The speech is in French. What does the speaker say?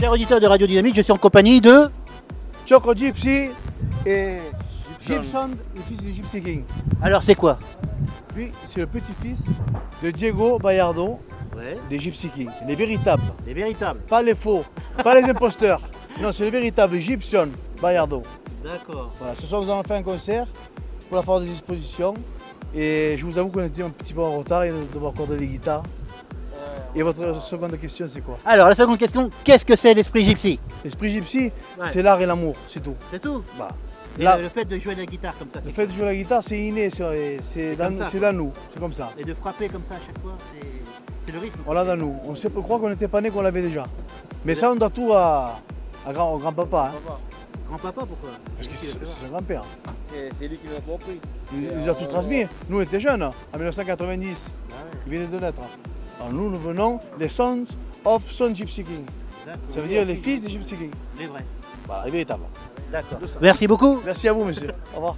Chers auditeurs de Radio Dynamique, je suis en compagnie de. Choco Gypsy et Gibson, le fils de Gypsy King. Alors c'est quoi Puis c'est le petit-fils de Diego Bayardo des Gypsy King. Les véritables, les véritables. pas les faux, pas les imposteurs. Non, c'est le véritable Gibson Bayardo. D'accord. Voilà, ce soir nous allons faire un concert pour la foire des dispositions. Et je vous avoue qu'on était un petit peu en retard et de devoir accorder les guitares. Euh, Et votre seconde question c'est quoi Alors la seconde question, qu'est-ce que c'est l'esprit gypsy L'esprit gypsy, Ouais. c'est l'art et l'amour, c'est tout. C'est tout. Voilà. Et Là- le- le fait de jouer de la guitare comme ça. Le c'est- fait de jouer la guitare, c'est inné, c'est- c'est dans, comme ça, c'est quoi. dans nous, c'est comme ça. Et de frapper comme ça à chaque fois, c'est- c'est le rythme. On l'a dans nous. On sait pas croire qu'on n'était pas né, qu'on l'avait déjà. Mais ça, on doit tout à, à grand, au grand-papa, hein, Grand-papa, pourquoi parce que Qu'est-ce c'est que- c'est son grand-père. C'est c'est lui qui nous a compris. Il, il Et, nous a tout euh, transmis. Nous, on était jeunes, hein, en 1990. Il venait de naître. hein. Alors nous, nous venons des sons of Son Gypsy King. D'accord. Ça veut dire les fils des Gypsy King. Bah, Les vrais. Voilà, les véritables. D'accord. Merci beaucoup. Merci à vous, monsieur. Au revoir.